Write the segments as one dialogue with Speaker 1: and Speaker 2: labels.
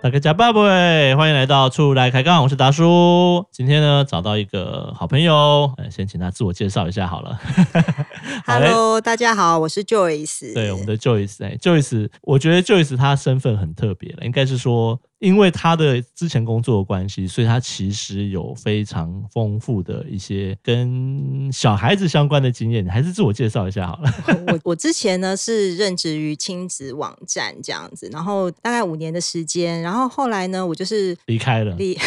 Speaker 1: 大家拜拜，欢迎来到出来开杠，我是达叔。今天呢，找到一个好朋友，呃先请他自我介绍一下 好了。好嘞
Speaker 2: Hello，大家好，我是 Joyce。
Speaker 1: 对，我们的 Joyce，哎、j o y c e 我觉得 Joyce 她身份很特别了，应该是说，因为她的之前工作的关系，所以她其实有非常丰富的一些跟小孩子相关的经验。你还是自我介绍一下好了。
Speaker 2: 我我之前呢是任职于亲子网站这样子，然后大概五年的时间，然后后来呢，我就是
Speaker 1: 离开了，
Speaker 2: 离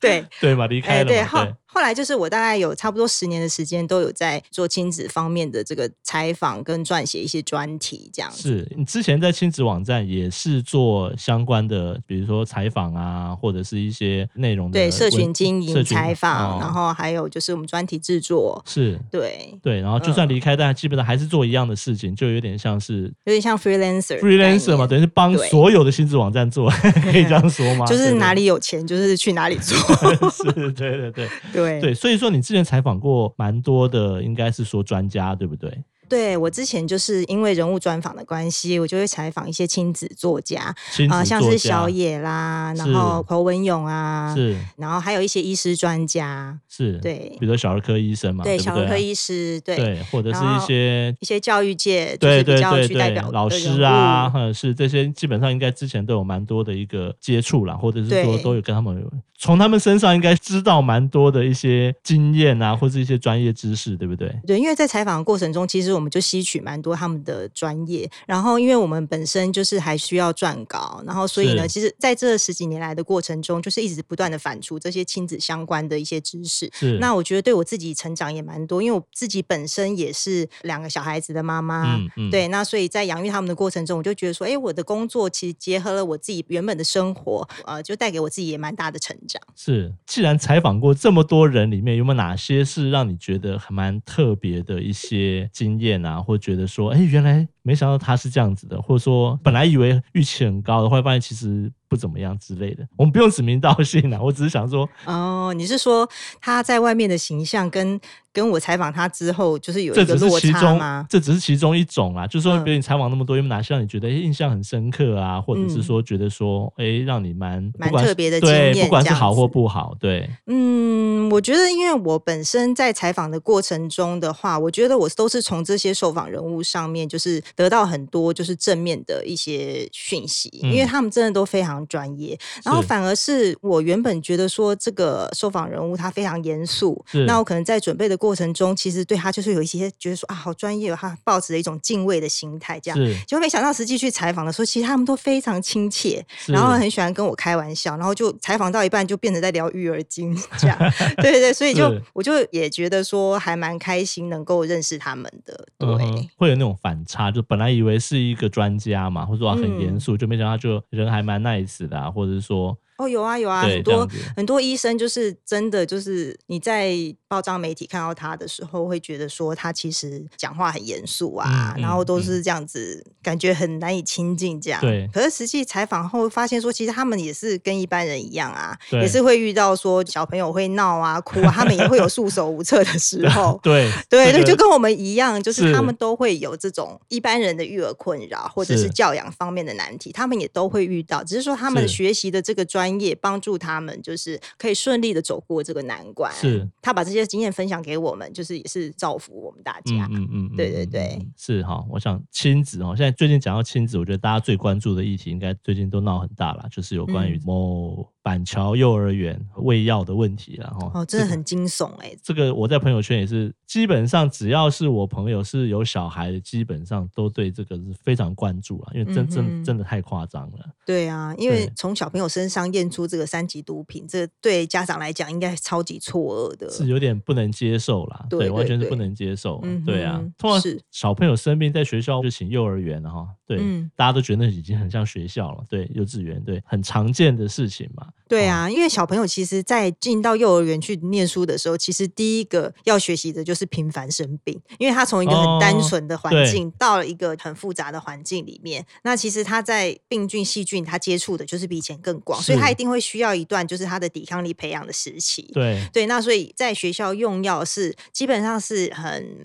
Speaker 2: 对，哎
Speaker 1: 对嘛？离开了嘛，
Speaker 2: 对，后后来就是我大概有差不多十年的时间都有在做亲子方面的这个采访跟撰写一些专题这样子。
Speaker 1: 是你之前在亲子网站也是做相关的，比如说采访啊，或者是一些内容的
Speaker 2: 对，社
Speaker 1: 文
Speaker 2: 群经
Speaker 1: 社群
Speaker 2: 营采访，
Speaker 1: 哦
Speaker 2: 然后还有就是我们专题制作，
Speaker 1: 是
Speaker 2: 对，
Speaker 1: 对，然后就
Speaker 2: 嗯
Speaker 1: 算离开，但基本上还是做一样的事情，就有点像是
Speaker 2: 有点像 freelancer 的概念
Speaker 1: freelancer 嘛，等于是帮
Speaker 2: 对
Speaker 1: 所有的薪资网站做， 可以这样说吗？
Speaker 2: 就是
Speaker 1: 对
Speaker 2: 哪？里有钱就是去哪里做，
Speaker 1: 对 是，对对对
Speaker 2: 对
Speaker 1: 对，所以说你之前采访过蛮多的，应该是说专家，对不对？
Speaker 2: 对我之前就是因为人物专访的关系，我就会采访一些亲子作家
Speaker 1: 亲
Speaker 2: 啊、
Speaker 1: 子
Speaker 2: 像
Speaker 1: 作
Speaker 2: 是
Speaker 1: 家
Speaker 2: 小野啦，然
Speaker 1: 是
Speaker 2: 后侯文勇啊，
Speaker 1: 是
Speaker 2: 然后还有一些医师专家，
Speaker 1: 是，，
Speaker 2: 对
Speaker 1: 比如说小儿科医生嘛，
Speaker 2: 对
Speaker 1: 不
Speaker 2: 小儿
Speaker 1: 啊
Speaker 2: 科医师，对
Speaker 1: 对，或者是
Speaker 2: 然
Speaker 1: 一
Speaker 2: 后
Speaker 1: 些
Speaker 2: 一些教育界就是
Speaker 1: 对
Speaker 2: 比
Speaker 1: 对
Speaker 2: 较
Speaker 1: 对
Speaker 2: 去代
Speaker 1: 对
Speaker 2: 表，
Speaker 1: 老
Speaker 2: 的人
Speaker 1: 师啊，
Speaker 2: 物
Speaker 1: 或者是这些，基本上应该之前都有蛮多的一个接触啦，或者是说
Speaker 2: 对
Speaker 1: 都有跟他们有从他们身上应该知道蛮多的一些经验啊，或是一些专业知识，对不对？
Speaker 2: 对，因为在采访的过程中，其实我们就吸取蛮多他们的专业，然后因为我们本身就是还需要撰稿，然后所以呢，
Speaker 1: 是
Speaker 2: 其实在这十几年来的过程中，就是一直不断的反刍这些亲子相关的一些知识。
Speaker 1: 是，
Speaker 2: 那我觉得对我自己成长也蛮多，因为我自己本身也是两个小孩子的妈妈。
Speaker 1: 嗯嗯，
Speaker 2: 啊对，那所以在养育他们的过程中，我就觉得说，哎，我的工作其实结合了我自己原本的生活，呃，就带给我自己也蛮大的成长。
Speaker 1: 是。既然采访过这么多人，里面有没有哪些是让你觉得还蛮特别的一些经验啊，或觉得说，哎，原来没想到他是这样子的，或者说本来以为预期很高的，后来发现其实不怎么样之类的？我们不用指名道姓啊，我只是想说，
Speaker 2: 哦，你是说他在外面的形象跟跟我采访他之后，就是有
Speaker 1: 这
Speaker 2: 一个
Speaker 1: 只是
Speaker 2: 落
Speaker 1: 其
Speaker 2: 差
Speaker 1: 中
Speaker 2: 吗，？
Speaker 1: 这只是其中一种啊啦。就是说，
Speaker 2: 嗯
Speaker 1: 比如你采访那么多，有没有哪些让你觉得诶印象很深刻啊？或者是
Speaker 2: 嗯
Speaker 1: 说觉得说，诶，让你蛮不
Speaker 2: 蛮
Speaker 1: 管是
Speaker 2: 特别的经
Speaker 1: 对，
Speaker 2: 验
Speaker 1: 不管
Speaker 2: 这
Speaker 1: 是
Speaker 2: 样
Speaker 1: 好或
Speaker 2: 子
Speaker 1: 不好，对，
Speaker 2: 嗯，我觉得因为我本身在采访的过程中的话，我觉得我都是从这些受访人物上面，就是得到很多就是正面的一些讯息，因为
Speaker 1: 嗯
Speaker 2: 他们真的都非常专业。然后
Speaker 1: 是
Speaker 2: 反而是我原本觉得说这个受访人物他非常严肃，
Speaker 1: 是
Speaker 2: 那我可能在准备的过程中，其实对他就是有一些觉得说啊好专业哦，他抱持着一种敬畏的心态这样。
Speaker 1: 是
Speaker 2: 结果没想到实际去采访的时候，其实他们都非常亲切，
Speaker 1: 是，嗯
Speaker 2: 然后很喜欢跟我开玩笑，然后就采访到一半就变成在聊育儿经这样。 对对，所以就是我就也觉得说还蛮开心能够认识他们的。对，
Speaker 1: 嗯哼会有那种反差，就本来以为是一个专家嘛，或者说啊很严
Speaker 2: 嗯
Speaker 1: 肃，就没想到就人还蛮 nice 的、啊，或者是说
Speaker 2: 哦有啊有啊，
Speaker 1: 对
Speaker 2: 很
Speaker 1: 这样
Speaker 2: 多
Speaker 1: 子。
Speaker 2: 很多医生就是真的就是你在报章媒体看到他的时候，会觉得说他其实讲话很严肃啊，
Speaker 1: 嗯嗯
Speaker 2: 然后都是这样子，感觉很难以亲近这样。
Speaker 1: 对
Speaker 2: 可是实际采访后发现说，其实他们也是跟一般人一样啊，
Speaker 1: 对。
Speaker 2: 也是会遇到说小朋友会闹啊、哭啊，他们也会有束手无策的时 候
Speaker 1: 对
Speaker 2: 对
Speaker 1: 这
Speaker 2: 对，
Speaker 1: 个
Speaker 2: 就跟我们一样，就是
Speaker 1: 是
Speaker 2: 他们都会有这种一般人的育儿困扰，或者
Speaker 1: 是
Speaker 2: 是教养方面的难题，他们也都会遇到。只是说他们
Speaker 1: 是
Speaker 2: 学习的这个专业帮助他们，就是可以顺利的走过这个难关。
Speaker 1: 是，
Speaker 2: 他把这些经验分享给我们，就是也是造福我们大家。
Speaker 1: 嗯嗯嗯，
Speaker 2: 对对
Speaker 1: 嗯
Speaker 2: 对，
Speaker 1: 嗯是哈。我想亲子哦，现在最近讲到亲子，我觉得大家最关注的议题，应该最近都闹很大了，就是有关于
Speaker 2: 嗯
Speaker 1: 某板桥幼儿园喂药嗯的问题啦。哈。
Speaker 2: 哦，真
Speaker 1: 这
Speaker 2: 的
Speaker 1: 个
Speaker 2: 很惊悚哎、
Speaker 1: 这个我在朋友圈也是，基本上只要是我朋友是有小孩的，基本上都对这个是非常关注啊，因为真
Speaker 2: 嗯
Speaker 1: 真
Speaker 2: 哼
Speaker 1: 真的太夸张了。
Speaker 2: 对啊，因为
Speaker 1: 对
Speaker 2: 从小朋友身上验出这个三级毒品，这个对家长来讲应该超级错愕的。
Speaker 1: 是有点不能接受啦，
Speaker 2: 呃对
Speaker 1: 完
Speaker 2: 对
Speaker 1: 全是不
Speaker 2: 对
Speaker 1: 能接受啊，
Speaker 2: 嗯
Speaker 1: 对啊
Speaker 2: 哼，
Speaker 1: 通常
Speaker 2: 是
Speaker 1: 小朋友生病在学校就请幼儿园了哈，对，
Speaker 2: 嗯
Speaker 1: 大家都觉得那已经很像学校了，对，幼稚园，对，很常见的事情嘛，
Speaker 2: 对啊，因为小朋友其实，在进到幼儿园去念书的时候，其实第一个要学习的就是频繁生病，因为他从一个很单纯的环
Speaker 1: 哦对
Speaker 2: 境、到了一个很复杂的环境里面，那其实他在病菌、细菌他接触的就是比以前更广，所以
Speaker 1: 是
Speaker 2: 他一定会需要一段就是他的抵抗力培养的时期。
Speaker 1: 对，
Speaker 2: 对，那所以在学校用药是基本上是很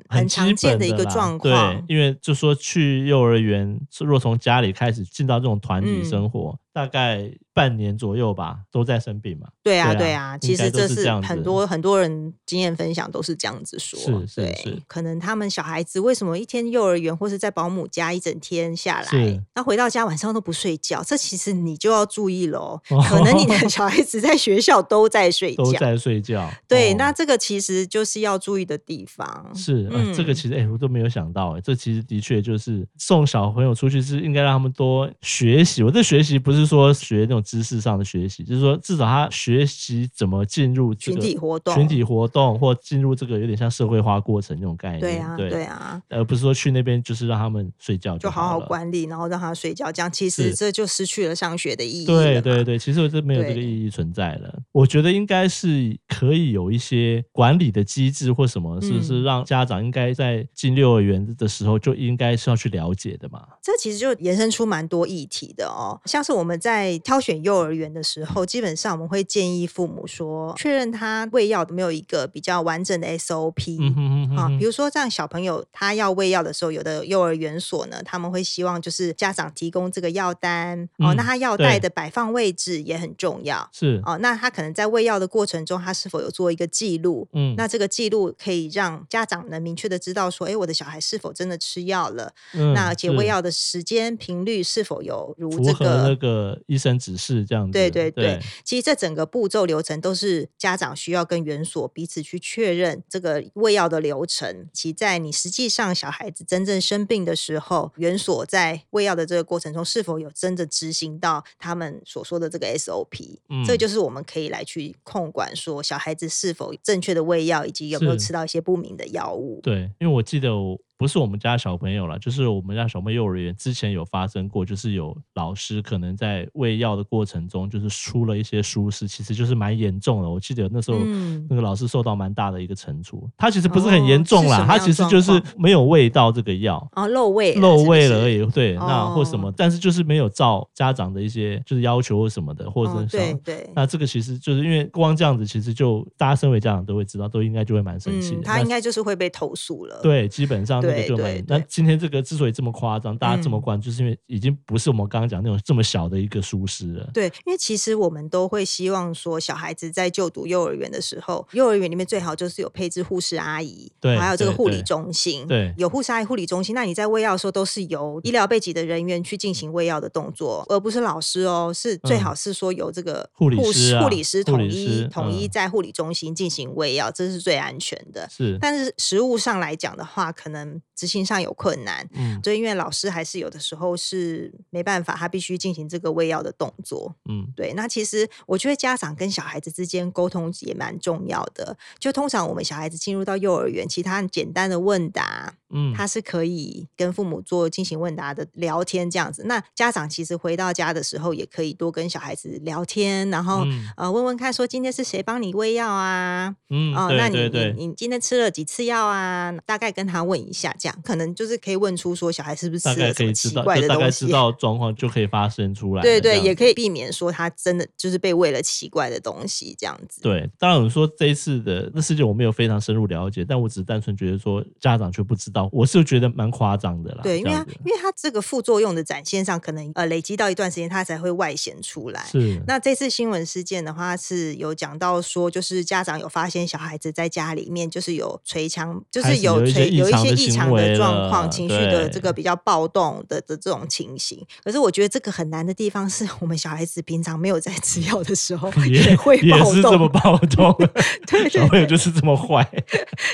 Speaker 1: 很
Speaker 2: 很
Speaker 1: 基
Speaker 2: 常见
Speaker 1: 本
Speaker 2: 的一个
Speaker 1: 啦
Speaker 2: 状况
Speaker 1: 对，。因为就说去幼儿园，若从家里开始进到这种团体
Speaker 2: 嗯
Speaker 1: 生活，大概半年左右吧，都在生病嘛。
Speaker 2: 对啊，
Speaker 1: 对啊
Speaker 2: 对啊，
Speaker 1: 应
Speaker 2: 其
Speaker 1: 该
Speaker 2: 实
Speaker 1: 都
Speaker 2: 这
Speaker 1: 是这样
Speaker 2: 很
Speaker 1: 子
Speaker 2: 多很多人经验分享都是这样子说，
Speaker 1: 是是
Speaker 2: 对
Speaker 1: 是
Speaker 2: 可能他们小孩子为什么一天幼儿园或是在保姆家一整天下
Speaker 1: 是
Speaker 2: 来，那回到家晚上都不睡觉，这其实你就要注意喽，
Speaker 1: 哦
Speaker 2: 可能你 的小孩子在学校都在睡
Speaker 1: 都
Speaker 2: 觉。
Speaker 1: 在睡觉。
Speaker 2: 对，
Speaker 1: 哦
Speaker 2: 那这个其实就是要注意的地方。
Speaker 1: 是、呃这个
Speaker 2: 嗯
Speaker 1: 其实哎、我都没有想到哎、这其实的确就是送小朋友出去是应该让他们多学习。我这学习不是说学那种知识上的学习，就是说至少他学习怎么进入、这
Speaker 2: 群
Speaker 1: 个
Speaker 2: 体活动，
Speaker 1: 群体活动或进入这个有点像社会化过程那种概念。
Speaker 2: 对啊，
Speaker 1: 对
Speaker 2: 对啊，
Speaker 1: 而不是说去那边就是让他们睡觉
Speaker 2: 就
Speaker 1: 好
Speaker 2: 好好
Speaker 1: 了。
Speaker 2: 管理，然后让他睡觉，这样其
Speaker 1: 是
Speaker 2: 实这就失去了上学的意义了
Speaker 1: 对
Speaker 2: 嘛
Speaker 1: 对对，其实我这没有这个
Speaker 2: 对
Speaker 1: 意义存在了。我觉得应该是可以有一些管理的机制或什么，是不是
Speaker 2: 嗯
Speaker 1: 让家长应该在进幼儿园的时候就应该是要去了解的嘛？
Speaker 2: 这其实就延伸出蛮多议题的哦。像是我们在挑选幼儿园的时候，基本上我们会建议父母说，确认他喂药有没有一个比较完整的 SOP。
Speaker 1: 嗯哼哼
Speaker 2: 啊，
Speaker 1: 哼
Speaker 2: 比
Speaker 1: 哼，
Speaker 2: 如说，这样小朋友他要喂药的时候，有的幼儿园所呢，他们会希望就是家长提供这个药单、哦，
Speaker 1: 嗯
Speaker 2: 那他药袋
Speaker 1: 对
Speaker 2: 的摆放位置也很重要
Speaker 1: 是，
Speaker 2: 哦。那他可能在喂药的过程中，他是否有做一个记录？
Speaker 1: 嗯，
Speaker 2: 那这个记录可以让家长能明确的知道说，诶，我的小孩是否真的吃药了？
Speaker 1: 嗯
Speaker 2: 那而且
Speaker 1: 是
Speaker 2: 喂药的时间频率是否有如
Speaker 1: 符
Speaker 2: 这
Speaker 1: 合那
Speaker 2: 个？
Speaker 1: 个医生指示这样子。
Speaker 2: 对对
Speaker 1: 对
Speaker 2: 对，其实这整个步骤流程都是家长需要跟园所彼此去确认这个喂药的流程。其在你实际上小孩子真正生病的时候，园所在喂药的这个过程中是否有真的执行到他们所说的这个 SOP？、这
Speaker 1: 嗯
Speaker 2: 就是我们可以来去控管说小孩子是否正确的喂药，以及有没有
Speaker 1: 是
Speaker 2: 吃到一些不明的药物。
Speaker 1: 对，因为我记得我不是我们家小朋友了，就是我们家小朋友幼儿园之前有发生过，就是有老师可能在喂药的过程中，就是出了一些疏失，其实就是蛮严重的。我记得那时候、
Speaker 2: 嗯
Speaker 1: 那个老师受到蛮大的一个惩处，他其实不是很严
Speaker 2: 哦
Speaker 1: 重
Speaker 2: 是
Speaker 1: 啦，
Speaker 2: 什么
Speaker 1: 他
Speaker 2: 样
Speaker 1: 其实
Speaker 2: 状
Speaker 1: 就是
Speaker 2: 况
Speaker 1: 没有喂到这个药。
Speaker 2: 哦，漏喂了
Speaker 1: 漏
Speaker 2: 是不
Speaker 1: 喂
Speaker 2: 是
Speaker 1: 了而已，对，那或什
Speaker 2: 哦
Speaker 1: 么，但是就是没有照家长的一些就是要求或什么的，或者
Speaker 2: 哦
Speaker 1: 是、
Speaker 2: 对对，
Speaker 1: 那这个其实就是因为光这样子，其实就大家身为家长都会知道，都应该就会蛮生气的。
Speaker 2: 嗯，他
Speaker 1: 那
Speaker 2: 应该就是会被投诉了。
Speaker 1: 对，基本上那个
Speaker 2: 对
Speaker 1: 就
Speaker 2: 对
Speaker 1: 蛮。那
Speaker 2: 对
Speaker 1: 今天这个之所以这么夸张，大家这么
Speaker 2: 嗯
Speaker 1: 关注，是因为已经不是我们刚刚讲那种这么小的一个疏失了。
Speaker 2: 对，因为其实我们都会希望说，小孩子在就读幼儿园的时候，幼儿园里面最好就是有配置护士阿姨，
Speaker 1: 对
Speaker 2: 还有这个
Speaker 1: 对
Speaker 2: 护
Speaker 1: 对
Speaker 2: 理中心，
Speaker 1: 对
Speaker 2: 有护士阿姨、护理中心。那你在喂药的时候，都是由医疗背景的人员去进行喂药的动作，而不是老师哦，是最
Speaker 1: 嗯
Speaker 2: 好是说由这个
Speaker 1: 护理师
Speaker 2: 师、
Speaker 1: 啊
Speaker 2: 护理师
Speaker 1: 护
Speaker 2: 统
Speaker 1: 理
Speaker 2: 一
Speaker 1: 师
Speaker 2: 统一
Speaker 1: 嗯
Speaker 2: 在护理中心进行喂药，这是最安全的。
Speaker 1: 是，
Speaker 2: 但是实物上来讲的话，可能执行上有困难，
Speaker 1: 嗯
Speaker 2: 所以因为老师还是有的时候是没办法，他必须进行这个喂药的动作。
Speaker 1: 嗯，
Speaker 2: 对，那其实我觉得家长跟小孩子之间沟通也蛮重要的。就通常我们小孩子进入到幼儿园，其实他很简单的问答，
Speaker 1: 嗯，
Speaker 2: 他是可以跟父母做进行问答的聊天这样子。那家长其实回到家的时候，也可以多跟小孩子聊天，然后、
Speaker 1: 嗯
Speaker 2: 呃问问看说今天是谁帮你喂药啊？
Speaker 1: 嗯，
Speaker 2: 哦，那
Speaker 1: 对对
Speaker 2: 你
Speaker 1: 对，
Speaker 2: 你你今天吃了几次药啊？大概跟他问一下，这样可能就是可以问出说小孩是不是
Speaker 1: 大
Speaker 2: 吃
Speaker 1: 概
Speaker 2: 了
Speaker 1: 可
Speaker 2: 什
Speaker 1: 以
Speaker 2: 么
Speaker 1: 知
Speaker 2: 奇
Speaker 1: 道，
Speaker 2: 怪
Speaker 1: 就
Speaker 2: 的
Speaker 1: 大概
Speaker 2: 东
Speaker 1: 知
Speaker 2: 西。
Speaker 1: 道状况就可以发生出来了这
Speaker 2: 对
Speaker 1: 样子。
Speaker 2: 对，也可以避免说他真的就是被喂了奇怪的东西这样子。
Speaker 1: 对，当然我们说这一次的那事件我没有非常深入了解，但我只是单纯觉得说家长却不知道，我是觉得蛮夸张的啦。
Speaker 2: 对，因
Speaker 1: 这
Speaker 2: 为
Speaker 1: 样
Speaker 2: 他
Speaker 1: 子
Speaker 2: 因为他这个副作用的展现上，可能呃累积到一段时间，他才会外显出来。
Speaker 1: 是
Speaker 2: 那这次新闻事件的话，是有讲到说，就是家长有发现小孩子在家里面就是有捶墙，就
Speaker 1: 开
Speaker 2: 是
Speaker 1: 始有一些
Speaker 2: 捶
Speaker 1: 异
Speaker 2: 有一
Speaker 1: 常
Speaker 2: 些
Speaker 1: 的
Speaker 2: 异
Speaker 1: 行
Speaker 2: 常
Speaker 1: 为
Speaker 2: 的状
Speaker 1: 了
Speaker 2: 况，情绪的
Speaker 1: 对
Speaker 2: 这个比较暴动的的这种情形。可是我觉得这个很难的地方是，我们小孩子平常没有在吃药的时候也会
Speaker 1: 也
Speaker 2: 暴
Speaker 1: 是这么
Speaker 2: 动，
Speaker 1: 暴动，
Speaker 2: 对对
Speaker 1: 小朋友就是这么坏。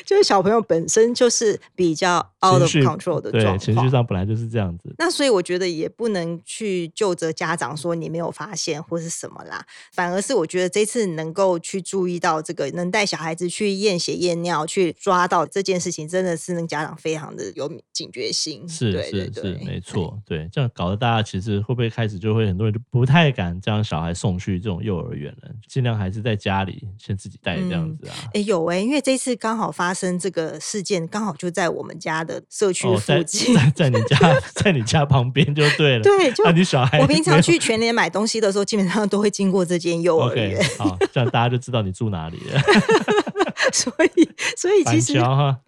Speaker 2: 就是小朋友本身就是比较 out
Speaker 1: 情
Speaker 2: of
Speaker 1: 绪
Speaker 2: control 的
Speaker 1: 对
Speaker 2: 状
Speaker 1: 情绪
Speaker 2: 况。
Speaker 1: 上本来就是这样子。
Speaker 2: 那所以我觉得也不能去就责家长说你没有发现或是什么啦，反而是我觉得这次能够去注意到这个，能带小孩子去验血验尿，去抓到这件事情，真的是那个家长非常常的有警觉性。
Speaker 1: 是
Speaker 2: 嗯对对
Speaker 1: 是
Speaker 2: 对
Speaker 1: 是，没。 错，对，这样搞得大家其实会不会开始就会很多人就不太敢将小孩送去这种幼儿园了，尽量还是在家里先自己带这样
Speaker 2: 嗯
Speaker 1: 子啊。
Speaker 2: 哎，有哎、因为这次刚好发生这个事件，刚好就在我们家的社区
Speaker 1: 哦，
Speaker 2: 附
Speaker 1: 在
Speaker 2: 近。
Speaker 1: 在在你家在你家旁边就对了。
Speaker 2: 对，就
Speaker 1: 那你小孩
Speaker 2: 我平
Speaker 1: 没
Speaker 2: 常
Speaker 1: 有
Speaker 2: 去全联买东西的时候，基本上都会经过这间幼儿
Speaker 1: OK
Speaker 2: 园，
Speaker 1: 好，这样大家就知道你住哪里了。
Speaker 2: 所以所以
Speaker 1: 板
Speaker 2: 其实
Speaker 1: 桥哈，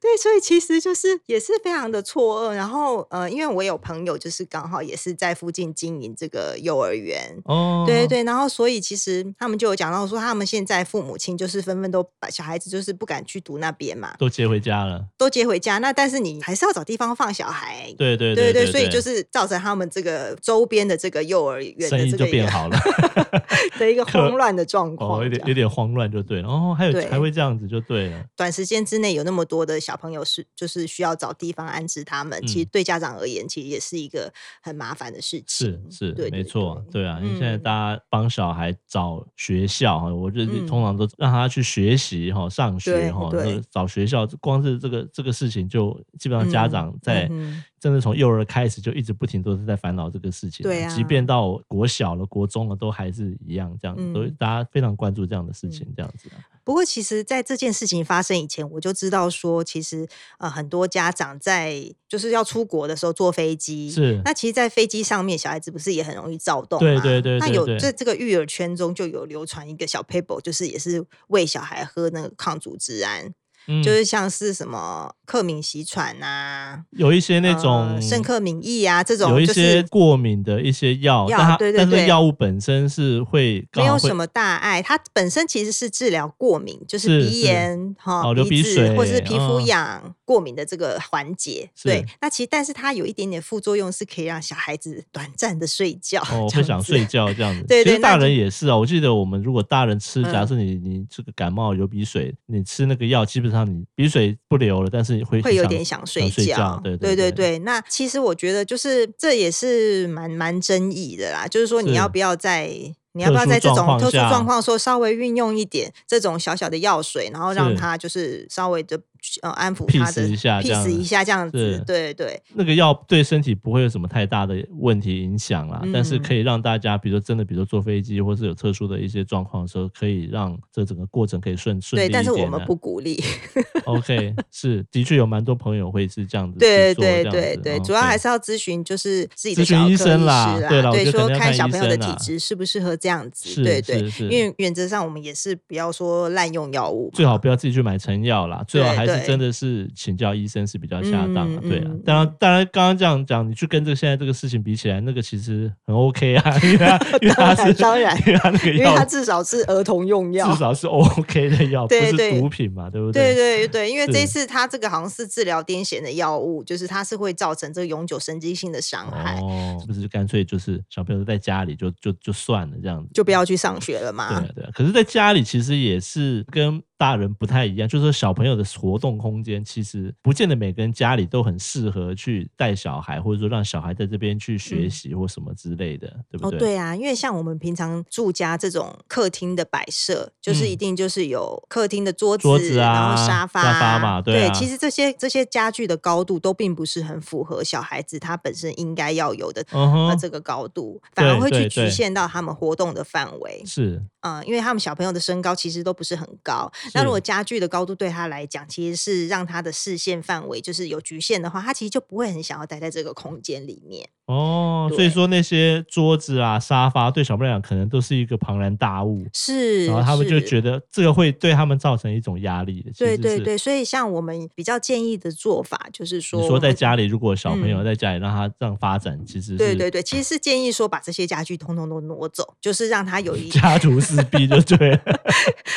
Speaker 2: 对，所以其实就是也是非常的错愕。然后呃，因为我有朋友就是刚好也是在附近经营这个幼儿园，
Speaker 1: 哦，
Speaker 2: 对对对，然后所以其实他们就有讲到说，他们现在父母亲就是纷纷都把小孩子就是不敢去读那边嘛，
Speaker 1: 都接回家了。
Speaker 2: 都接回家。那但是你还是要找地方放小孩。
Speaker 1: 对对
Speaker 2: 对
Speaker 1: 对，
Speaker 2: 所以就是造成他们这个周边的这个幼儿园
Speaker 1: 生
Speaker 2: 的
Speaker 1: 意
Speaker 2: 这
Speaker 1: 就
Speaker 2: 个一
Speaker 1: 变
Speaker 2: 个
Speaker 1: 好了，
Speaker 2: 的一 个
Speaker 1: 可
Speaker 2: 慌乱的状况，
Speaker 1: 哦，有点
Speaker 2: 这
Speaker 1: 有
Speaker 2: 样
Speaker 1: 点慌乱就对了。哦，还有
Speaker 2: 对
Speaker 1: 还会这样子就对了。
Speaker 2: 短时间之内有那么多的小朋友是就是需要找地方安置他们，其实
Speaker 1: 嗯
Speaker 2: 对家长而言，其实也是一个很麻烦的事
Speaker 1: 是
Speaker 2: 情。
Speaker 1: 是，
Speaker 2: 嗯对
Speaker 1: 没
Speaker 2: 对
Speaker 1: 错，
Speaker 2: 对
Speaker 1: 对啊，因为现在
Speaker 2: 嗯
Speaker 1: 大家帮小孩找学校哈，我就是
Speaker 2: 嗯
Speaker 1: 通常都让他去学习哈，上学
Speaker 2: 对
Speaker 1: 哈，
Speaker 2: 对
Speaker 1: 那找学校，光是这个这个事情就基本上家
Speaker 2: 嗯
Speaker 1: 长在
Speaker 2: 嗯哼
Speaker 1: 真的从幼儿开始就一直不停都是在烦恼这个事情啊，
Speaker 2: 对啊
Speaker 1: 即便到国小了、国中了，都还是一样这样子，都
Speaker 2: 嗯
Speaker 1: 大家非常关注这样的事
Speaker 2: 嗯
Speaker 1: 情，这样子啊。
Speaker 2: 不过，其实，在这件事情发生以前，我就知道说，其实呃，很多家长在就是要出国的时候坐飞机，
Speaker 1: 是
Speaker 2: 那其实，在飞机上面，小孩子不是也很容易躁动
Speaker 1: 对
Speaker 2: 吗
Speaker 1: 对对
Speaker 2: 那
Speaker 1: 对
Speaker 2: 有
Speaker 1: 对
Speaker 2: 在这个育儿圈中就有流传一个小 paper，就是也是喂小孩喝那个抗组织胺，
Speaker 1: 嗯，
Speaker 2: 就是像是什么克敏喜喘啊，
Speaker 1: 有一些那
Speaker 2: 呃
Speaker 1: 种
Speaker 2: 圣克敏疫啊这种
Speaker 1: 有一
Speaker 2: 就是
Speaker 1: 些过敏的一些药，
Speaker 2: 药
Speaker 1: 但它
Speaker 2: 对对
Speaker 1: 但是
Speaker 2: 对
Speaker 1: 药物本身是会
Speaker 2: 没
Speaker 1: 刚
Speaker 2: 有
Speaker 1: 好会
Speaker 2: 什么大碍，它本身其实是治疗过敏，就是
Speaker 1: 是
Speaker 2: 鼻
Speaker 1: 是
Speaker 2: 炎哈、
Speaker 1: 哦流鼻
Speaker 2: 子
Speaker 1: 水
Speaker 2: 或是皮肤
Speaker 1: 嗯
Speaker 2: 痒、过敏的这个环节。对
Speaker 1: 是，
Speaker 2: 那其实但是它有一点点副作用，是可以让小孩子短暂的睡觉，
Speaker 1: 哦， 会
Speaker 2: 这样
Speaker 1: 想
Speaker 2: 子
Speaker 1: 睡。觉这样子。
Speaker 2: 对
Speaker 1: 其实
Speaker 2: 对那
Speaker 1: 大
Speaker 2: 就
Speaker 1: 人也是啊。我记得我们如果大人吃，
Speaker 2: 嗯
Speaker 1: 假设你你这个感冒流鼻水，你吃那个药，基本上你鼻水不流了，但是会
Speaker 2: 会有
Speaker 1: 想
Speaker 2: 点想睡
Speaker 1: 睡觉
Speaker 2: 觉，
Speaker 1: 对
Speaker 2: 对
Speaker 1: 对
Speaker 2: 对。那其实我觉得就是这也是蛮蛮争议的啦，就是说你
Speaker 1: 是
Speaker 2: 要不要在你要不
Speaker 1: 特
Speaker 2: 要
Speaker 1: 殊
Speaker 2: 在这
Speaker 1: 状
Speaker 2: 种
Speaker 1: 况
Speaker 2: 特殊
Speaker 1: 下
Speaker 2: 状况的时候稍微运用一点这种小小的药水，然后让
Speaker 1: 是
Speaker 2: 他就是稍微的呃安抚
Speaker 1: peace
Speaker 2: 他的
Speaker 1: 一下这
Speaker 2: peace
Speaker 1: 样
Speaker 2: 一下这样子
Speaker 1: 是，
Speaker 2: 对对。
Speaker 1: 那个药对身体不会有什么太大的问题影响啦，但是
Speaker 2: 嗯
Speaker 1: 可以让大家，比如说真的，比如说坐飞机或是有特殊的一些状况的时候，可以让这整个过程可以顺顺利
Speaker 2: 对，
Speaker 1: 一
Speaker 2: 但是我
Speaker 1: 点
Speaker 2: 们
Speaker 1: 啊
Speaker 2: 不鼓励。
Speaker 1: OK，是的确有蛮多朋友会是这样子去
Speaker 2: 对
Speaker 1: 做
Speaker 2: 对
Speaker 1: 这样
Speaker 2: 对
Speaker 1: 子
Speaker 2: 对，
Speaker 1: 哦
Speaker 2: 主要还
Speaker 1: 对
Speaker 2: 是要咨询，就是自己的
Speaker 1: 咨询
Speaker 2: 小儿科
Speaker 1: 医
Speaker 2: 医
Speaker 1: 生啦
Speaker 2: 师
Speaker 1: 对啦
Speaker 2: 啦，
Speaker 1: 我
Speaker 2: 对，
Speaker 1: 觉得
Speaker 2: 说
Speaker 1: 可能要
Speaker 2: 看
Speaker 1: 看
Speaker 2: 小
Speaker 1: 医
Speaker 2: 朋友的
Speaker 1: 生
Speaker 2: 体
Speaker 1: 啦
Speaker 2: 质适不适合这样子。
Speaker 1: 是
Speaker 2: 对对
Speaker 1: 是，是
Speaker 2: 因为原则上我们也是不要说滥用药物嘛。
Speaker 1: 最好不要自己去买成药啦，最好
Speaker 2: 对
Speaker 1: 还是
Speaker 2: 对
Speaker 1: 真的是请教医生是比较恰当的、
Speaker 2: 嗯
Speaker 1: 对啊
Speaker 2: 嗯。
Speaker 1: 当然
Speaker 2: 嗯，
Speaker 1: 当然，刚刚这样讲，你去跟这个现在这个事情比起来，那个其实很 OK 啊，因为它因为它是
Speaker 2: 当然
Speaker 1: 因为
Speaker 2: 当然
Speaker 1: 它那个
Speaker 2: 因为它
Speaker 1: 药
Speaker 2: 至少是儿童用药。
Speaker 1: 至少是 OK 的药，
Speaker 2: 对
Speaker 1: 不是
Speaker 2: 对
Speaker 1: 毒品嘛，对不对
Speaker 2: 对对对，因为这
Speaker 1: 是
Speaker 2: 一次它这个好像是治疗癫痫的药物，就是它是会造成这个永久神经性的伤害，
Speaker 1: 哦，是不是就干脆就是小朋友在家里就就就算了这样子，
Speaker 2: 就不要去上学了
Speaker 1: 对
Speaker 2: 嘛
Speaker 1: 啊。对啊，可是，在家里其实也是跟大人不太一样，就是说小朋友的活动空间，其实不见得每个人家里都很适合去带小孩，或者说让小孩在这边去学
Speaker 2: 嗯
Speaker 1: 习或什么之类的，对不
Speaker 2: 哦，
Speaker 1: 对？
Speaker 2: 对啊，因为像我们平常住家这种客厅的摆设，就是一
Speaker 1: 嗯
Speaker 2: 定就是有客厅的桌子，
Speaker 1: 桌子
Speaker 2: 然
Speaker 1: 啊
Speaker 2: 后沙
Speaker 1: 沙发嘛对
Speaker 2: 对
Speaker 1: 啊
Speaker 2: 其实这些这些家具的高度都并不是很符合小孩子他本身应该要有的。
Speaker 1: 嗯
Speaker 2: 呃，
Speaker 1: 哼，
Speaker 2: 这个高度反而
Speaker 1: 对
Speaker 2: 会去
Speaker 1: 对对
Speaker 2: 局限到他们活动的范围，
Speaker 1: 是
Speaker 2: 嗯、因为他们小朋友的身高其实都不是很高，那
Speaker 1: 是
Speaker 2: 如果家具的高度对他来讲，其实是让他的视线范围就是有局限的话，他其实就不会很想要待在这个空间里面。
Speaker 1: 哦，所以
Speaker 2: 对
Speaker 1: 说那些桌子啊、沙发对小朋友来讲，可能都是一个庞然大物，
Speaker 2: 是，
Speaker 1: 然后他们就是觉得这个会对他们造成一种压力的。其
Speaker 2: 对
Speaker 1: 实
Speaker 2: 对
Speaker 1: 是
Speaker 2: 对，所以像我们比较建议的做法就是说，
Speaker 1: 你
Speaker 2: 我
Speaker 1: 说在
Speaker 2: 们
Speaker 1: 家里，如果小朋友
Speaker 2: 嗯
Speaker 1: 在家里让他这样发展，其实是
Speaker 2: 对对对，其实是建议说把这些家具通通都挪走，就是让它有一，
Speaker 1: 家徒四壁，就对了。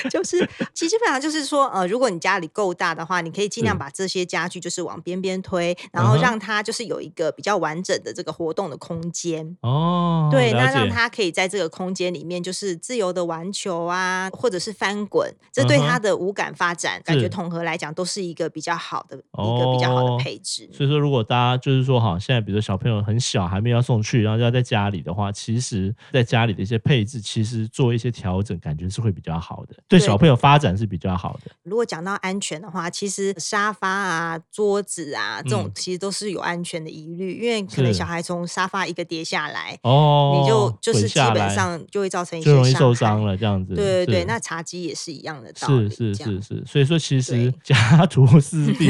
Speaker 2: 就是其实基本上就是说，呃，如果你家里够大的话，你可以尽量
Speaker 1: 是
Speaker 2: 把这些家具就是往边边推，然
Speaker 1: 嗯
Speaker 2: 后
Speaker 1: 哼
Speaker 2: 让它就是有一个比较完整的这个活动的空间。
Speaker 1: 哦，
Speaker 2: 对，
Speaker 1: 了
Speaker 2: 那让
Speaker 1: 解
Speaker 2: 他可以在这个空间里面，就是自由的玩球啊，或者是翻滚，这对
Speaker 1: 嗯
Speaker 2: 他
Speaker 1: 哼
Speaker 2: 的五感发展、感
Speaker 1: 是
Speaker 2: 觉统合来讲，都是一个比较好的、一个比较好
Speaker 1: 哦
Speaker 2: 的配置。
Speaker 1: 所以说，如果大家就是说，好，现在比如说小朋友很小，还没有要送去，然后要在家里的话，其实在家里的一些配置，其实做一些调整，感觉是会比较好的，对
Speaker 2: 对
Speaker 1: 小朋友发展是比较好的。
Speaker 2: 如果讲到安全的话，其实沙发啊、桌子啊这种
Speaker 1: 嗯，
Speaker 2: 其实都是有安全的疑虑，因为可能
Speaker 1: 是
Speaker 2: 小孩从沙发一个跌下来，
Speaker 1: 哦，
Speaker 2: 你就就是
Speaker 1: 滚
Speaker 2: 基
Speaker 1: 下
Speaker 2: 本
Speaker 1: 来
Speaker 2: 上就会造成一些
Speaker 1: 就容易受
Speaker 2: 伤
Speaker 1: 伤
Speaker 2: 害。
Speaker 1: 了，这样子。
Speaker 2: 对对对，
Speaker 1: 是
Speaker 2: 那茶几也是一样的道
Speaker 1: 是
Speaker 2: 理。
Speaker 1: 是
Speaker 2: 这样
Speaker 1: 是是，所以说其实
Speaker 2: 对
Speaker 1: 家徒 四壁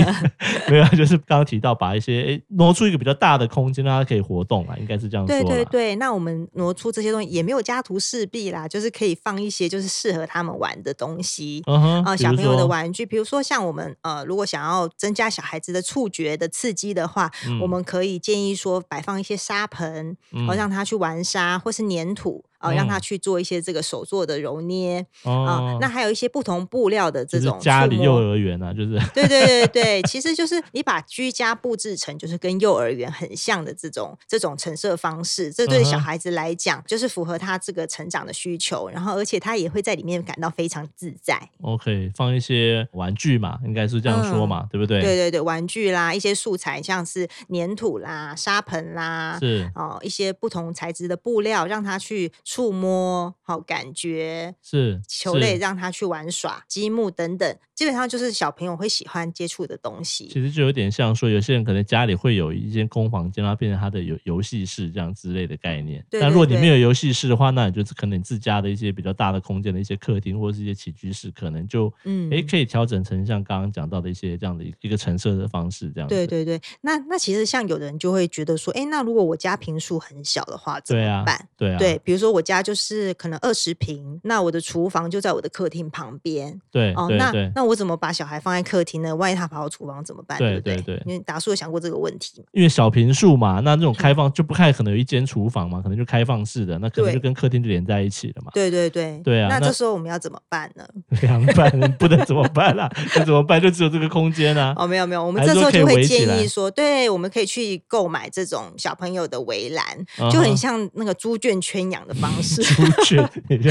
Speaker 1: 没有，就是刚刚提到把一些诶挪出一个比较大的空间，让它可以活动嘛，应该是这样说
Speaker 2: 对
Speaker 1: 啦。
Speaker 2: 对对，那我们挪出这些东西也没有家徒四壁啦，就是可以放一些就是适合他们玩的东西。
Speaker 1: 嗯哼，
Speaker 2: 呃，
Speaker 1: 比
Speaker 2: 小
Speaker 1: 如
Speaker 2: 朋友的
Speaker 1: 说
Speaker 2: 玩具，比如说像我们呃，如果想要增加小孩子的触觉的刺激的话，
Speaker 1: 嗯
Speaker 2: 我们可以建议说摆放一些沙盆，
Speaker 1: 嗯
Speaker 2: 哦，让他去玩沙或是粘土，呃，让他
Speaker 1: 嗯
Speaker 2: 去做一些这个手做的揉捏啊、
Speaker 1: 哦，
Speaker 2: 那还有一些不同布料的
Speaker 1: 就
Speaker 2: 这
Speaker 1: 是
Speaker 2: 种
Speaker 1: 家
Speaker 2: 触
Speaker 1: 里
Speaker 2: 摸
Speaker 1: 幼儿园啊，就是
Speaker 2: 对对对对，其实就是你把居家布置成就是跟幼儿园很像的这种这种陈设方式，这对小
Speaker 1: 嗯哼
Speaker 2: 孩子来讲就是符合他这个成长的需求，然后而且他也会在里面感到非常自在。
Speaker 1: OK，放一些玩具嘛，应该是这样说嘛，对不对？
Speaker 2: 嗯对对对，玩具啦，一些素材像是粘土啦、沙盆啦。
Speaker 1: 是
Speaker 2: 哦，一些不同材质的布料，让他去触摸，好、感觉
Speaker 1: 是
Speaker 2: 球类
Speaker 1: 是
Speaker 2: 让他去玩耍，积木等等，基本上就是小朋友会喜欢接触的东西。
Speaker 1: 其实就有点像说，有些人可能家里会有一间空房间，然后变成他的游游戏室这样之类的概念。
Speaker 2: 对
Speaker 1: 那
Speaker 2: 对
Speaker 1: 如果你
Speaker 2: 对
Speaker 1: 没有游戏室的话，那你就是可能自家的一些比较大的空间的一些客厅或者是一些起居室，可能就
Speaker 2: 嗯
Speaker 1: 诶可以调整成像刚刚讲到的一些这样的一一个陈设的方式，这样子。
Speaker 2: 对对对，那那其实像有的人就会觉得说，哎，那如果我家平数很小的话怎
Speaker 1: 对
Speaker 2: 么
Speaker 1: 啊
Speaker 2: 办？，
Speaker 1: 对啊，
Speaker 2: 对，比如说我家就是可能二十平，那我的厨房就在我的客厅旁边
Speaker 1: 对
Speaker 2: 哦，
Speaker 1: 对
Speaker 2: 那
Speaker 1: 对。
Speaker 2: 那我怎么把小孩放在客厅呢？万一他跑到厨房怎么办？
Speaker 1: 对
Speaker 2: 不对？
Speaker 1: 对对
Speaker 2: 因为达叔有想过这个问题吗？
Speaker 1: 因为小平数嘛，那这种开放就不太可能有一间厨房嘛，可能就开放式的，那可能
Speaker 2: 对
Speaker 1: 就跟客厅就连在一起了嘛。
Speaker 2: 对对对，
Speaker 1: 对啊
Speaker 2: 那
Speaker 1: 那
Speaker 2: 这时候我们要怎么办呢？
Speaker 1: 凉拌， 不能怎么办啦、那怎么办？就只有这个空间啊。
Speaker 2: 哦，没有没有，我们
Speaker 1: 还是
Speaker 2: 这时
Speaker 1: 说
Speaker 2: 候
Speaker 1: 可以
Speaker 2: 就会
Speaker 1: 围起
Speaker 2: 建
Speaker 1: 来
Speaker 2: 议说，对，我们可以去购买这种小朋友的围栏，
Speaker 1: 嗯
Speaker 2: 就
Speaker 1: 哼，
Speaker 2: 很像那个猪圈圈养的方式
Speaker 1: 猪圈，等一下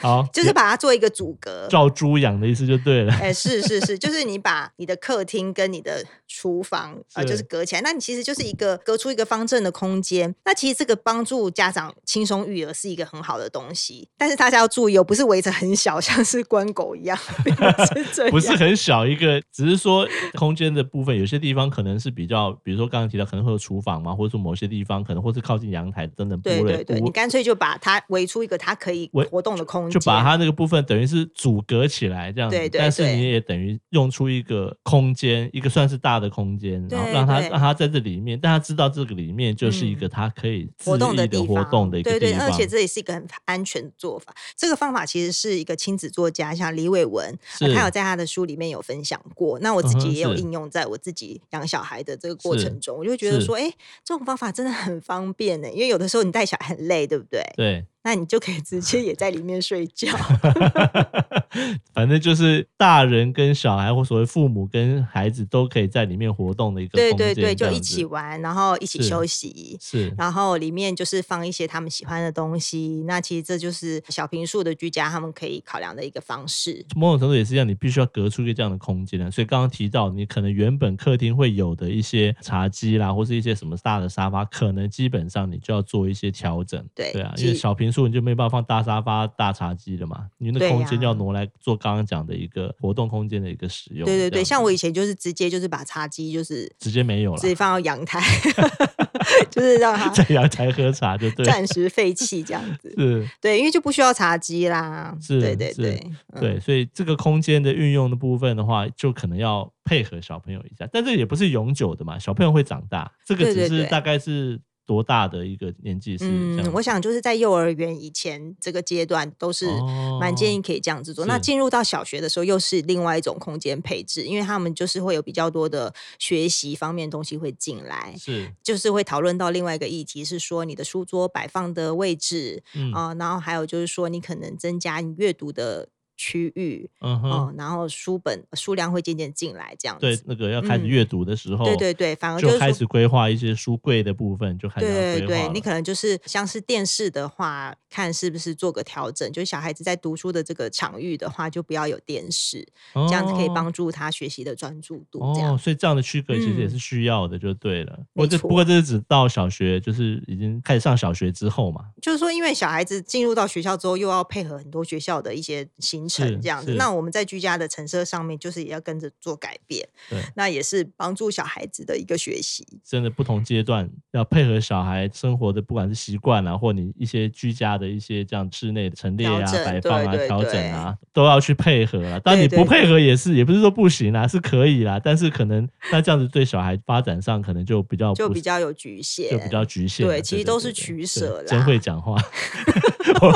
Speaker 1: 好，
Speaker 2: 就是把它做一个阻 隔，
Speaker 1: 照猪养的意思就对了。
Speaker 2: 哎、是是是，就是你把你的客厅跟你的厨房呃，就是
Speaker 1: 是
Speaker 2: 隔起来，那你其实就是一个隔出一个方正的空间。那其实这个帮助家长轻松育儿是一个很好的东西，但是大家要注意哦，不是围着很小，像是关狗一样，并不是这样，
Speaker 1: 不是很小一个，只是说空间的部分，有些地方可能是比较，比如说刚刚提到可能会有厨房嘛，或者说某些地方可能或是靠近阳台等等部
Speaker 2: 对
Speaker 1: 类
Speaker 2: 对对，
Speaker 1: 部
Speaker 2: 你干脆就把它围出一个它可以
Speaker 1: 围
Speaker 2: 活动的空间，
Speaker 1: 就把它那个部分等于是阻隔起来这样子，
Speaker 2: 对对
Speaker 1: 但是
Speaker 2: 对
Speaker 1: 你也等于用出一个空间，一个算是大的空间，然后
Speaker 2: 对
Speaker 1: 让它
Speaker 2: 对嗯
Speaker 1: 让它在这里面，但它知道这个里面就是一个它可以恣
Speaker 2: 活动
Speaker 1: 意
Speaker 2: 的
Speaker 1: 的
Speaker 2: 地
Speaker 1: 活
Speaker 2: 方，
Speaker 1: 动的一个
Speaker 2: 对对，
Speaker 1: 地
Speaker 2: 而且
Speaker 1: 方
Speaker 2: 这也是一个很安全的做法。这个方法其实是一个亲子作家，像李伟文，呃
Speaker 1: 是
Speaker 2: 他有在他的书里面有分享过。那我自
Speaker 1: 嗯哼
Speaker 2: 己也有
Speaker 1: 是
Speaker 2: 应用在我自己养小孩的这个过
Speaker 1: 是
Speaker 2: 程中，我就觉得
Speaker 1: 是
Speaker 2: 说，哎，这种方法真的很方便呢，因为有的时候你带小孩很累，对不对？
Speaker 1: 对。
Speaker 2: 那你就可以直接也在里面睡觉。
Speaker 1: 反正就是大人跟小孩，或所谓父母跟孩子，都可以在里面活动的一个
Speaker 2: 对
Speaker 1: 空间，
Speaker 2: 对对，
Speaker 1: 这
Speaker 2: 就
Speaker 1: 样
Speaker 2: 一起
Speaker 1: 子
Speaker 2: 玩，然后一起
Speaker 1: 是
Speaker 2: 休息。
Speaker 1: 是
Speaker 2: 然后里面就是放一些他们喜欢的东西，那其实这就是小平数的居家他们可以考量的一个方式。
Speaker 1: 某种程度也是这样，你必须要隔出一个这样的空间啊。所以刚刚提到，你可能原本客厅会有的一些茶几啦，或是一些什么大的沙发，可能基本上你就要做一些调整。
Speaker 2: 对
Speaker 1: 对啊，
Speaker 2: 哎其
Speaker 1: 因为小平数你就没办法放大沙发、大茶几了嘛，你那
Speaker 2: 对
Speaker 1: 空间
Speaker 2: 呀
Speaker 1: 就要挪来做刚刚讲的一个活动空间的一个使用。
Speaker 2: 对对
Speaker 1: 这样
Speaker 2: 对，像
Speaker 1: 子
Speaker 2: 我以前就是直接就是把茶几就是
Speaker 1: 直接没有了
Speaker 2: 直，接 放到阳台，就是让它
Speaker 1: 在阳台喝茶就对了。
Speaker 2: 暂时废弃这样子。
Speaker 1: 是，
Speaker 2: 对，因为就不需要茶几啦。
Speaker 1: 是
Speaker 2: 对对
Speaker 1: 是
Speaker 2: 对，嗯
Speaker 1: 对，所以这个空间的运用的部分的话，就可能要配合小朋友一下，但这也不是永久的嘛，小朋友会长大，这个
Speaker 2: 对
Speaker 1: 只
Speaker 2: 对
Speaker 1: 是
Speaker 2: 对
Speaker 1: 大概是多大的一个年纪是这样
Speaker 2: 嗯，我想就是在幼儿园以前这个阶段都是蛮建议可以这样子做。
Speaker 1: 哦
Speaker 2: 那
Speaker 1: 是
Speaker 2: 进入到小学的时候，又是另外一种空间配置，因为他们就是会有比较多的学习方面的东西会进来，
Speaker 1: 哦是，
Speaker 2: 就是会讨论到另外一个议题是说你的书桌摆放的位置
Speaker 1: 嗯，
Speaker 2: 呃啊、然后还有就是说你可能增加你阅读的。区域，
Speaker 1: 嗯哼，
Speaker 2: 嗯，然后书本数量会渐渐进来，这样
Speaker 1: 对
Speaker 2: 子。
Speaker 1: 那个要开始
Speaker 2: 嗯
Speaker 1: 阅读的时候，
Speaker 2: 对对对，反而
Speaker 1: 就是开
Speaker 2: 说
Speaker 1: 始规划一些书柜的部分，就开始要
Speaker 2: 对对
Speaker 1: 规划
Speaker 2: 对，
Speaker 1: 了
Speaker 2: 你可能就是像是电视的话，看是不是做个调整，就是小孩子在读书的这个场域的话，就不要有电视，这样子可以
Speaker 1: 哦
Speaker 2: 帮助他学习的专注度。这样、
Speaker 1: 哦，所以这样的区隔其实也
Speaker 2: 嗯
Speaker 1: 是需要的，就对了。不
Speaker 2: 没
Speaker 1: 过这
Speaker 2: 错
Speaker 1: 不过这是只到小学，就是已经开始上小学之后嘛。
Speaker 2: 就是说，因为小孩子进入到学校之后，又要配合很多学校的一些行
Speaker 1: 是
Speaker 2: 程，这样子
Speaker 1: 是。
Speaker 2: 那我们在居家的陈设上面，就是也要跟着做改变
Speaker 1: 对，
Speaker 2: 那也是帮助小孩子的一个学习。
Speaker 1: 真的不同阶段要配合小孩生活的，不管是习惯啊，或你一些居家的一些这样室内的陈列啊
Speaker 2: 调、整
Speaker 1: 摆放啊、
Speaker 2: 对对
Speaker 1: 调整啊，都要去配合啊。但
Speaker 2: 对
Speaker 1: 你
Speaker 2: 对
Speaker 1: 不配合也是，也不是说不行啊啦，是可以啦。但是可能那这样子对小孩发展上可能就比较
Speaker 2: 就
Speaker 1: 哦不
Speaker 2: 比较有局限，
Speaker 1: 就比较局限了。
Speaker 2: 对其实都是
Speaker 1: 对对
Speaker 2: 取舍啦
Speaker 1: 真会讲话。 我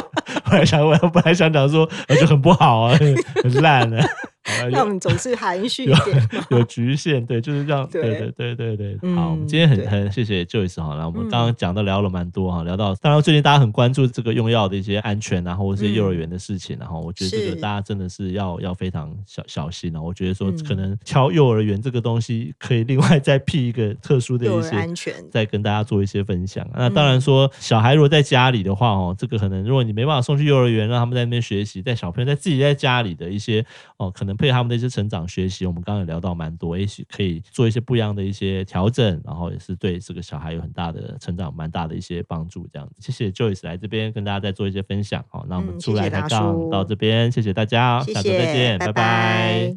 Speaker 1: 本来想，我本来想讲说，呃就很不好啊， 很烂啊。好
Speaker 2: 那我
Speaker 1: 了
Speaker 2: 们总是含蓄一
Speaker 1: 有
Speaker 2: 点。
Speaker 1: 有有局限，对，就是这样。对
Speaker 2: 对
Speaker 1: 对对对对。好，我们
Speaker 2: 嗯
Speaker 1: 今天很
Speaker 2: 对
Speaker 1: 很谢谢 Joyce 哈，那我们
Speaker 2: 嗯
Speaker 1: 刚刚讲到聊了蛮多哈，聊到当然最近大家很关注这个用药的一些安全啊，或者是幼儿园的事情啊，然后我觉得这个
Speaker 2: 嗯是
Speaker 1: 大家真的是要要非常小小心啊。我觉得说
Speaker 2: 嗯
Speaker 1: 可能敲幼儿园这个东西，可以另外再辟一个特殊的
Speaker 2: 幼
Speaker 1: 一
Speaker 2: 儿
Speaker 1: 些
Speaker 2: 安全
Speaker 1: 再跟大家做一些分享。那
Speaker 2: 嗯
Speaker 1: 当然说，小孩如果在家里的话哦，这个可能如果你没办法送去幼儿园，让他们在那边学习，在小朋友在自己在家里的一些哦，可能配合他们的一些成长学习，我们刚刚有聊到蛮多，也许可以做一些不一样的一些调整，然后也是对这个小孩有很大的成长，蛮大的一些帮助。这样子，谢谢 Joyce 来这边跟大家再做一些分享。好、那我们
Speaker 2: 嗯
Speaker 1: 出
Speaker 2: 谢谢
Speaker 1: 来
Speaker 2: 大
Speaker 1: 抬杠
Speaker 2: 叔
Speaker 1: 到这边，谢谢大家，
Speaker 2: 谢
Speaker 1: 下周再
Speaker 2: 谢，
Speaker 1: 见，拜
Speaker 2: 拜